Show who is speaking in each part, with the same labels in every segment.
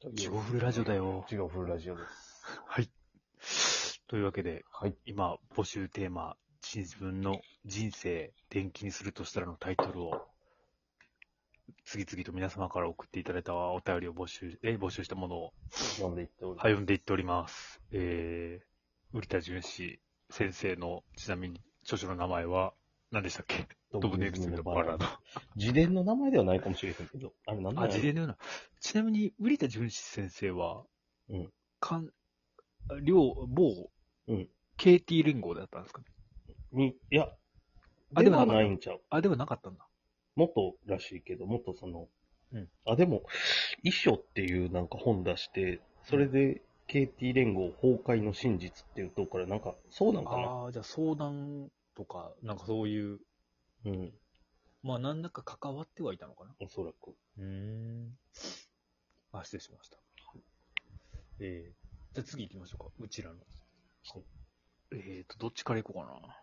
Speaker 1: という
Speaker 2: 地獄フルラジオだよ。
Speaker 1: 地獄フルラジオです。
Speaker 2: はい。というわけで、
Speaker 1: はい。
Speaker 2: 今、募集テーマ、自分の人生、電気にするとしたらのタイトルを、次々と皆様から送っていただいたお便りを募集、え、募集したものを、
Speaker 1: 読んでいっており
Speaker 2: はい、読んでいっております。えー、瓜田淳史先生の、ちなみに、著書の名前は、何でしたっけ
Speaker 1: ド
Speaker 2: ドブネイルスミのバラード。
Speaker 1: 自伝の名前ではないかもしれへんけど。あれなんだ
Speaker 2: あ、自伝のような。ちなみに、瓜田淳史先生は、
Speaker 1: うん。
Speaker 2: かん、両、某、
Speaker 1: うん。
Speaker 2: KT 連合だったんですかね。
Speaker 1: に、いや、
Speaker 2: あ
Speaker 1: で
Speaker 2: でも
Speaker 1: は
Speaker 2: なんか
Speaker 1: ないんちゃう。
Speaker 2: あ、ではなかったんだ。
Speaker 1: 元らしいけど、元その、
Speaker 2: うん
Speaker 1: あ、でも、遺書っていうなんか本出して、それで KT 連合崩壊の真実っていうとこから、なんか、そうなんかな。
Speaker 2: ああ、じゃあ相談とか、なんかそういう、
Speaker 1: うん、
Speaker 2: まあ何らか関わってはいたのかな。
Speaker 1: おそらく。
Speaker 2: うーん。あ、失礼しました。えー、じゃあ次行きましょうか。うちらの。
Speaker 1: はい
Speaker 2: えーと、どっちから行こうかな。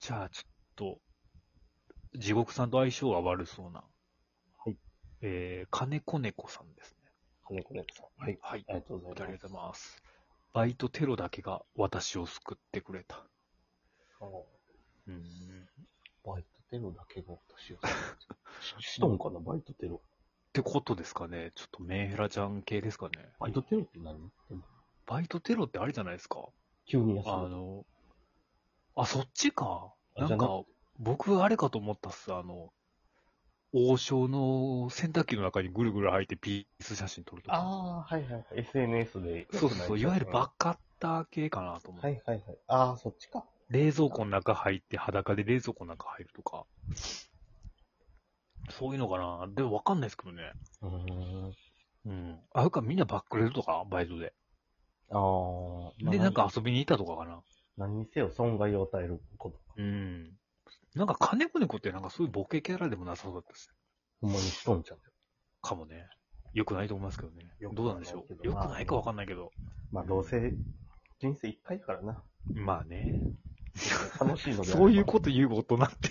Speaker 2: じゃあ、ちょっと、地獄さんと相性が悪そうな。
Speaker 1: はい。
Speaker 2: えー、金子猫さんですね。
Speaker 1: 金子猫さん。はい。
Speaker 2: はい
Speaker 1: あ。りがとうご
Speaker 2: あり
Speaker 1: ざ
Speaker 2: が
Speaker 1: い
Speaker 2: とう
Speaker 1: ま
Speaker 2: ご
Speaker 1: す。
Speaker 2: ざいます。バイトテロだけが私を救ってくれた。うん。
Speaker 1: バイトテロだけが私を。 ししとんかな、バイトテロ。
Speaker 2: ってことですかね。ちょっとメンヘラちゃん系ですかね。
Speaker 1: バイトテロって何でも
Speaker 2: バイトテロってあれじゃないですか。
Speaker 1: 急に休
Speaker 2: あ
Speaker 1: む。
Speaker 2: の、あ、そっちか。
Speaker 1: あ
Speaker 2: な
Speaker 1: じゃ
Speaker 2: ん
Speaker 1: な
Speaker 2: か、僕あれかと思ったっす。あの、王将の洗濯機の中にぐるぐる入ってピース写真撮るとか。
Speaker 1: ああー、はいはいはい。SNS で。
Speaker 2: そうそうそう。いわゆるバッ
Speaker 1: ッ
Speaker 2: カッター系かなと思って。
Speaker 1: はいはいはい。ああ、そっちか。
Speaker 2: 冷蔵庫の中入って裸で冷蔵庫の中入るとか。そういうのかな。でもわかんないですけどね。
Speaker 1: うーん。
Speaker 2: うん。あ、うかみんなバックレるとかバイトで。
Speaker 1: ああ。
Speaker 2: で、なんか遊びに行ったとかかな。
Speaker 1: 何にせよ損害を与えることか。
Speaker 2: うん。なんか金子猫ってなんかそういうボケキャラでもなさそうだったし。
Speaker 1: ほんまにしとんちゃう。
Speaker 2: かもね。よくないと思いますけどね
Speaker 1: 良。くない
Speaker 2: どうなんでしょ
Speaker 1: けど
Speaker 2: う。よ
Speaker 1: まあ
Speaker 2: くないかわかんないけど。
Speaker 1: まあ、どうせ、人生いっぱいやからな。
Speaker 2: まあね。
Speaker 1: 楽しいのであれば
Speaker 2: そういうこと言う大人って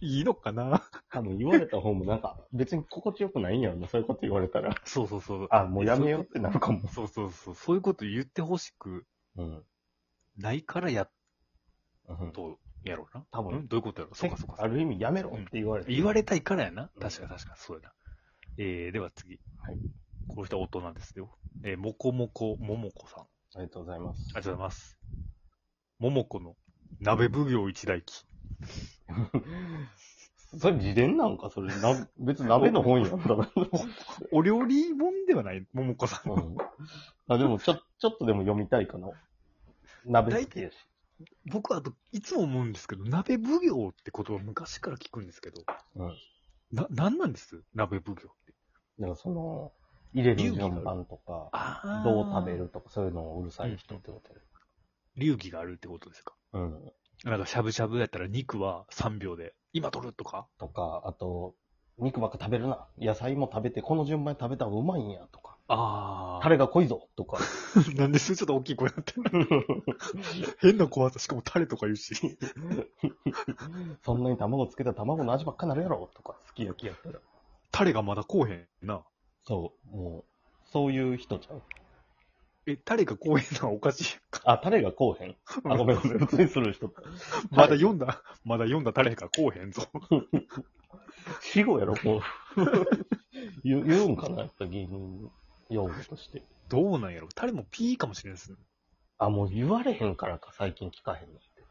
Speaker 2: いいのかな
Speaker 1: 多分言われた方もなんか、別に心地よくないんやろな、そういうこと言われたら。
Speaker 2: そうそうそう。
Speaker 1: あ、もうやめようってなるかも。
Speaker 2: そうそうそう。そういうこと言ってほしく
Speaker 1: うん。
Speaker 2: ないからやっ
Speaker 1: うん
Speaker 2: と、やろうな。
Speaker 1: 多分
Speaker 2: んどういうことやろうそうかそう
Speaker 1: あ
Speaker 2: か。
Speaker 1: る意味やめろって言われて。
Speaker 2: 言われたいからやな
Speaker 1: う。ん
Speaker 2: 確か確か、そうやな。えー、では次。
Speaker 1: はい。
Speaker 2: この人は大人ですよ。えー、もこもこももこさん。あ
Speaker 1: ありがとうございます。
Speaker 2: りがとうございます。ももこの鍋奉行一代記。
Speaker 1: それ自伝なんか、それ。な、別に鍋の本やんだな。
Speaker 2: お料理本ではない、ももこさ ん。
Speaker 1: うんあ、でも、ちょ、ちょっとでも読みたいかな。鍋好きやし。
Speaker 2: 僕はあと、いつも思うんですけど、鍋奉行って言葉昔から聞くんですけど、
Speaker 1: うん。
Speaker 2: な、なんなんです鍋奉行って。
Speaker 1: だからその、入れる順番とか、
Speaker 2: あ
Speaker 1: どう食べるとか、そういうのをうるさい人ってことや
Speaker 2: 流儀があるってことですか。
Speaker 1: ろうん。
Speaker 2: なんか、しゃぶしゃぶやったら肉は3秒で、今取るとか。
Speaker 1: とか、あと、肉ばっか食べるな。野菜も食べて、この順番に食べた方がうまいんや、とか。
Speaker 2: あ
Speaker 1: タレが濃いぞ、 とか。
Speaker 2: れ なんですちょっと大きい声になってる。 変な怖さ、しかもタレとか言うし。
Speaker 1: そんなに卵つけたら卵の味ばっかなるやろ、とか。好き焼きやったら。
Speaker 2: タレがまだこうへんな。
Speaker 1: そう、もう、そういう人ちゃう。
Speaker 2: え、タレがこうへんのはおか しい。
Speaker 1: あ、タレがこうへん。あ、ごめんごめん、普通にする人。
Speaker 2: まだ読んだ、 まだ読んだタレがこうへんぞ。
Speaker 1: 死後やろ、もう。 言う言うんかな、やっぱ芸人用語として。
Speaker 2: どうなんやろタレもピーかもしれんですね。
Speaker 1: あ、もう言われへんからか、最近聞かへんのって。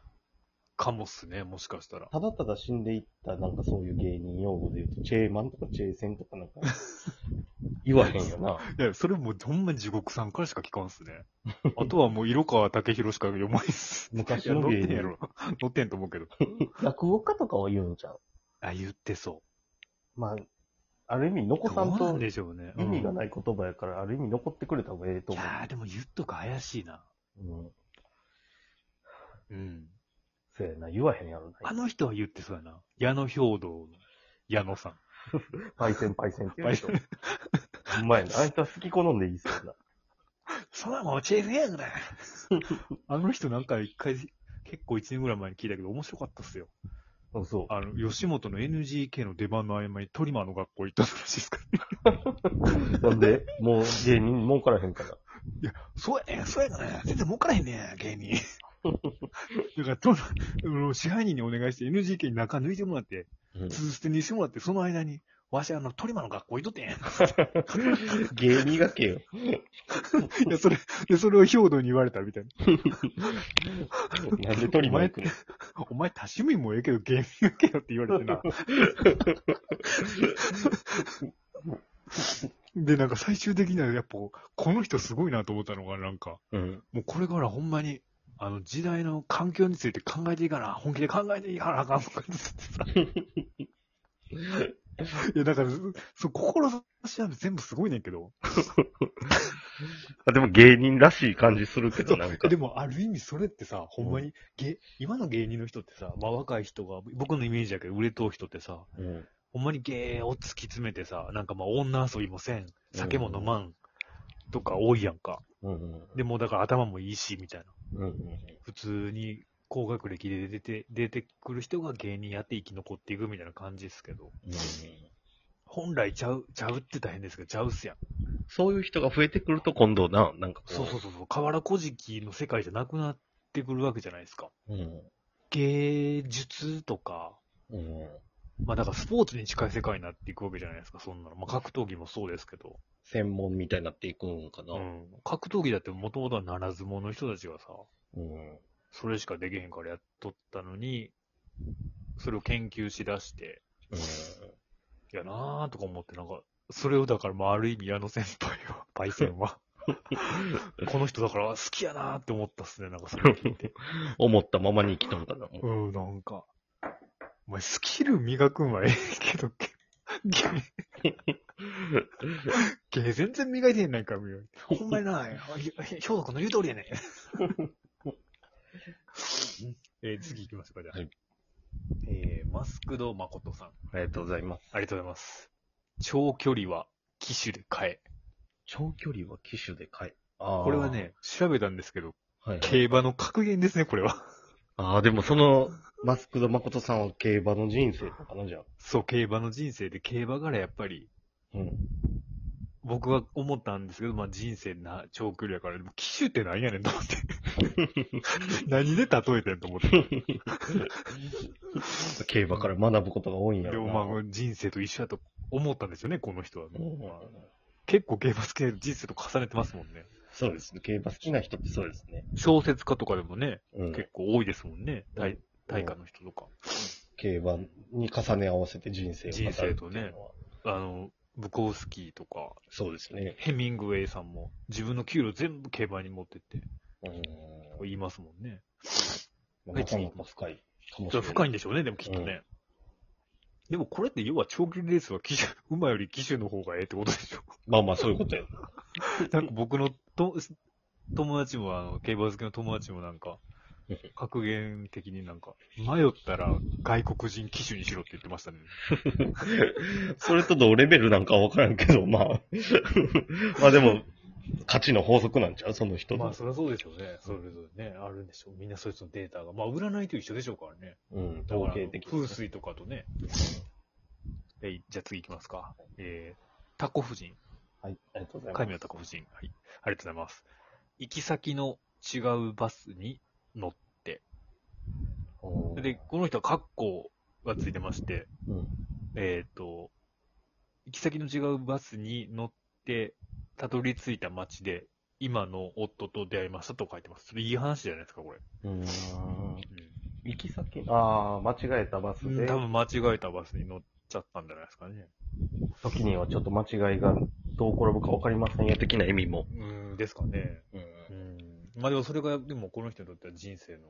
Speaker 2: かもっすね、もしかしたら。
Speaker 1: ただただ死んでいった、なんかそういう芸人用語で言うと、チェーマンとかチェーセンとかなんか、 言わへんよな。
Speaker 2: いや、それもうほんまに地獄さんからしか聞かんっすね。あとはもう色川武弘しか読まないっす。
Speaker 1: 昔
Speaker 2: いや、
Speaker 1: の
Speaker 2: 乗っ
Speaker 1: 芸
Speaker 2: てんや
Speaker 1: 人。
Speaker 2: ろ。乗ってんと思うけど。
Speaker 1: 落語家とかは言うんじゃん。
Speaker 2: あ、言ってそ
Speaker 1: まあ、ある意味、
Speaker 2: う。
Speaker 1: 残さん
Speaker 2: どうな
Speaker 1: と
Speaker 2: んでしょうね。
Speaker 1: 意味が
Speaker 2: うん
Speaker 1: ない言葉やから、ある意味残ってくれた方がええと
Speaker 2: い
Speaker 1: 思
Speaker 2: やー、でも言っとか怪しいな。
Speaker 1: う。うん。
Speaker 2: うん。
Speaker 1: そうやな、言わへんやろな。
Speaker 2: あの人は言ってそうやな。矢野兵道の矢野さん。
Speaker 1: パイセンパイセンって 言う人。ほんまやな。あいつは好き好んでいいそうやな。
Speaker 2: そんなもんチェーフ やんぐらい。あの人なんか一回、結構一年ぐらい前に聞いたけど面白かったっすよ。
Speaker 1: あ、そ
Speaker 2: あの、吉本の NGK の出番の合間にトリマーの学校行ったらしいですからね。
Speaker 1: う。なんで、もう芸人儲からへんから。
Speaker 2: そうやねん、そうやねん。全然儲からへんねん、芸人。 だからと、あの支配人にお願いして NGK に中抜いてもらって、鈴捨てにしてもらって、その間に、わしあの、トリマーの学校行っとってん。
Speaker 1: 芸人がけよ。
Speaker 2: いや、それ、で、それを兵道に言われたみたいな。
Speaker 1: なんで取りマイクの
Speaker 2: お前、多趣味もええけど、芸人やけよって言われて な。で、なんか最終的には、やっぱ、この人すごいなと思ったのが、なんか、
Speaker 1: うん。
Speaker 2: もうこれからほんまに、あの、時代の環境について考えていかな、本気で考えていかなあかんとか言ってさ。いや、だから、そう、志は全部すごいねんけど、
Speaker 1: あ、でも芸人らしい感じするけ
Speaker 2: そ
Speaker 1: ど、
Speaker 2: う
Speaker 1: なんか。
Speaker 2: でも、ある意味それってさ、ほんまに、げ今の芸人の人ってさ、まあ若い人が、僕のイメージだけど、売れとう人ってさ、
Speaker 1: うん。
Speaker 2: ほんまに芸を突き詰めてさ、なんかまあ女遊びもせん、酒も飲まん、とか多いやんか。
Speaker 1: うん。
Speaker 2: でもうだから頭もいいし、みたい
Speaker 1: う
Speaker 2: な。
Speaker 1: ん。うん。
Speaker 2: 普通に高学歴で出て、出てくる人が芸人やって生き残っていくみたいな感じですけど、本来ちゃう、ちゃうって大変ですけど、ちゃうっすやん。
Speaker 1: そういう人が増えてくると今度な、なんかこう。
Speaker 2: そうそうそうそう、河原小敷の世界じゃなくなってくるわけじゃないですか。
Speaker 1: うん。
Speaker 2: 芸術とか、
Speaker 1: うん。
Speaker 2: まあだからスポーツに近い世界になっていくわけじゃないですか、そんなの。まあ格闘技もそうですけど、
Speaker 1: 専門みたいになっていくんかな。
Speaker 2: うん。格闘技だってもともとはならず者の人たちがさ、
Speaker 1: うん。
Speaker 2: それしかできへんからやっとったのに、それを研究しだして、いやなぁとか思って、なんか、それをだから、まあ、ある意味、あの先輩 は、パイセンは、この人だから好きやなぁって思ったっすね、なんかそれを聞いて。
Speaker 1: 思ったままに生きたんかな。
Speaker 2: うん、なんか、お前、スキル磨くんはええけど、芸、芸全然磨いてへんないから、みたいなほんまになぁ、ひひひょうのこの 言う通りやね。えー次行きましょうか、じゃあ。
Speaker 1: はい
Speaker 2: えーマスクド誠さん。
Speaker 1: ありがとうございます。
Speaker 2: ありがとうございます。長距離は機種で変え。
Speaker 1: 長距離は機種で買え。あー
Speaker 2: これは、ね、調べたんですけど、
Speaker 1: はいはい
Speaker 2: 競馬の格言ですね、これは。
Speaker 1: ああ、でもその、マスクド誠さんは競馬の人生かな、じゃあ。
Speaker 2: そう、競馬の人生で、競馬からやっぱり、
Speaker 1: うん。
Speaker 2: 僕は思ったんですけど、まあ人生な、長距離やから、でも機種って何やねんと思って。 何で例えてんと思 って。
Speaker 1: 競馬から学ぶことが多いんや
Speaker 2: で
Speaker 1: ろうな。
Speaker 2: もまあ人生と一緒やと思ったんですよね、この人は。
Speaker 1: うん
Speaker 2: まあ結構競馬好きで人生と重ねてますもんね。
Speaker 1: そうですね。競馬好きな人ってそうですね。
Speaker 2: 小説家とかでもね、
Speaker 1: うん
Speaker 2: 結。構多いですもんね。大大
Speaker 1: う
Speaker 2: 家
Speaker 1: ん
Speaker 2: の人とか。
Speaker 1: 競馬に重ね合わせて人生を語るっていうのは
Speaker 2: 人生とね。あの、ブコウスキーとか、
Speaker 1: そうですね。
Speaker 2: ヘミングウェイさんも自分の給料全部競馬に持ってって、
Speaker 1: うん。
Speaker 2: 言いますもんね。
Speaker 1: まあなかなか深いかもしれ
Speaker 2: それ
Speaker 1: ない。
Speaker 2: 深いんでしょうね、でもきっとね。でもこれって要は長距離レースは機種、 馬より機種の方がええってことでしょ。
Speaker 1: まあまあ、そういうことや。
Speaker 2: なんか僕のと友達も、あの、競馬好きの友達もなんか、格言的になんか、迷ったら外国人機種にしろって言ってましたね。
Speaker 1: それと同レベルなんかは分からんけど、まあ。 まあでも、価値の法則なんちゃうその人の。
Speaker 2: まあそりゃそうでしょうね。それぞれね、あるんでしょう。みんなそいつのデータが。まあ占いと一緒でしょうからね。
Speaker 1: うん、
Speaker 2: だか
Speaker 1: 統
Speaker 2: ら
Speaker 1: 計的に
Speaker 2: 風水とかとね。えいじゃあ次行きますか。えー、タコ夫人。
Speaker 1: はい、ありがとうございます。
Speaker 2: 神のタコ夫人。はい。ありがとうございます。行き先の違うバスに乗っ
Speaker 1: おー
Speaker 2: て、で、この人はカッコがついてまして、
Speaker 1: うん、
Speaker 2: えっ、と、行き先の違うバスに乗って、たどり着いた街で、今の夫と出会いましたと書いてます。それいい話じゃないですか、これ。
Speaker 1: うーん。
Speaker 2: う
Speaker 1: 行き先、ああ、間違えたバス
Speaker 2: ん。
Speaker 1: で、
Speaker 2: 多分間違えたバスに乗っちゃったんじゃないですかね。
Speaker 1: 時にはちょっと間違いがどう転ぶか分かりませんよ、的な意味も。
Speaker 2: うん、ですかね。
Speaker 1: うん。
Speaker 2: うんまあでもそれが、でもこの人にとっては人生の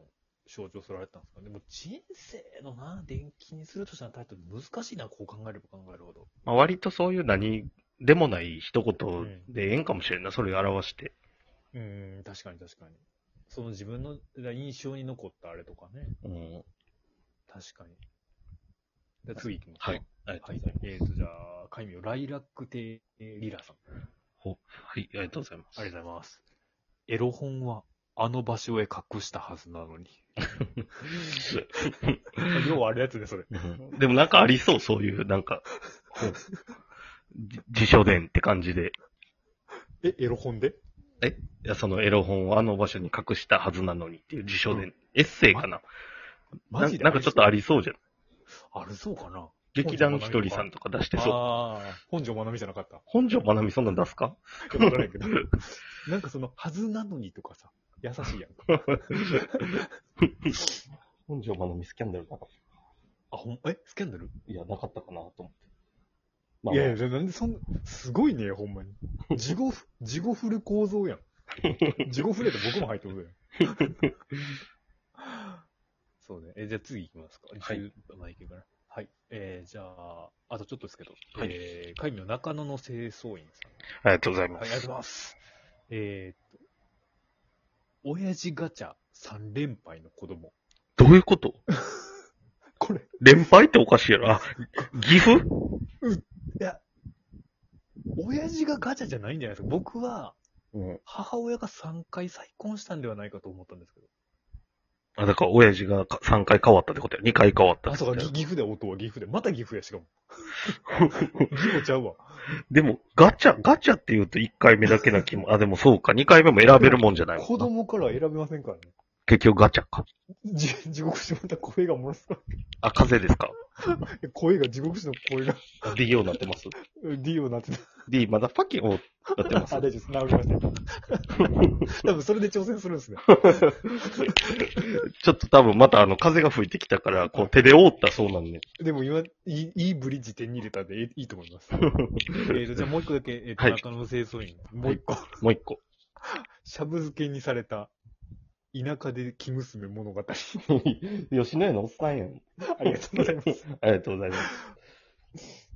Speaker 2: 象徴されたんですかね。でも人生のな、電気にするとしたらタイトル難しいな、こう考えれば考えるほど。
Speaker 1: まあ、割とそういう何でもない一言でええんかもしれんな、それを表して。
Speaker 2: うん、確かに確かに。その自分の印象に残ったあれとかね。
Speaker 1: うん。
Speaker 2: 確かに。じゃあ次行きますか。
Speaker 1: はい。ありがと
Speaker 2: は
Speaker 1: う
Speaker 2: い
Speaker 1: ございます。
Speaker 2: えっ、と、じゃあ、海名、ライラック亭リラさん。あ
Speaker 1: ほはい、ありがとうございます。
Speaker 2: りがとうございます。エロ本はあの場所へ隠したはずな のに。要はあるやつね、それ。
Speaker 1: でもなんかありそう、そういう、なんか、本じ辞書伝って感じで。
Speaker 2: え、エロ本で
Speaker 1: いや、そのエロ本をあの場所に隠したはずなのにっていう辞書伝。
Speaker 2: う
Speaker 1: エッセイかな
Speaker 2: マジで
Speaker 1: ななんかちょっとあ
Speaker 2: り
Speaker 1: りそうじゃん。
Speaker 2: そう。ありそうかな。
Speaker 1: 劇団ひとりさんとか出してそう。
Speaker 2: ああ、本上まなみじゃなかった。
Speaker 1: 本庄まなみそんなん出すか
Speaker 2: よくわからんけど。なんかその、はずなのにとかさ、優しいやんか。
Speaker 1: 本庄まなみスキャンダルなかっ
Speaker 2: あ、ほん、え、スキャンダル
Speaker 1: た。いや、なかったかなと思って。まあ
Speaker 2: いやいや、なんでそんな、すごいね、ほんまに。地獄、地獄フル構造やん。地獄フレート僕も入ってるや ん。そうね。え、じゃあ次行きますか。
Speaker 1: はい
Speaker 2: 10まあ行けるかな。はい。えー、じゃあ、あとちょっとですけど、
Speaker 1: はい
Speaker 2: えー、会議の中野の清掃員さん。
Speaker 1: ありがとうござい
Speaker 2: はい、ありがとうございます。えーっと、親父ガチャ3連敗の子供。
Speaker 1: どういうこと
Speaker 2: これ、
Speaker 1: 連敗っておかしいやろ。あ、岐阜
Speaker 2: 親父がガチャじゃないんじゃないですか。僕は、
Speaker 1: うん。
Speaker 2: 母親が3回再婚したんではないかと思ったんですけど。
Speaker 1: あ、だから親父が3回変わったってことや。2回変わったっ
Speaker 2: あ、
Speaker 1: て
Speaker 2: そ
Speaker 1: こ
Speaker 2: う
Speaker 1: と
Speaker 2: か、
Speaker 1: や
Speaker 2: ぎ岐阜で、音は岐阜で。また岐阜や、しかも。岐阜ちゃうわ。
Speaker 1: でも、ガチャ、ガチャって言うと1回目だけな気も、あ、でもそうか、2回目も選べるもんじゃないも
Speaker 2: 子
Speaker 1: んな。
Speaker 2: 供からは選べませんからね。
Speaker 1: 結局ガチャか。
Speaker 2: じ地獄死また声がものすごい。
Speaker 1: あ、風邪ですか
Speaker 2: 声が、地獄死の声が、
Speaker 1: ?DO になってます。
Speaker 2: D をなってた。
Speaker 1: D、まだファキンをなって
Speaker 2: あ、
Speaker 1: ます
Speaker 2: 大丈夫。です。治り ました。多分それで挑戦するんですね。
Speaker 1: ちょっと多分またあの風が吹いてきたから、こう手で覆ったそうなんで。
Speaker 2: でも今、いい、いいブリッジ手に入れたんで、いいいいと思います。えーと、じゃあもう一個だけ、えーと、
Speaker 1: はい
Speaker 2: 中野清掃員。もう一個。
Speaker 1: もう一個。
Speaker 2: しゃぶ漬けにされた、田舎で生娘物語。
Speaker 1: 吉野家のおっさんやん。
Speaker 2: ありがとうございます。
Speaker 1: ありがとうございます。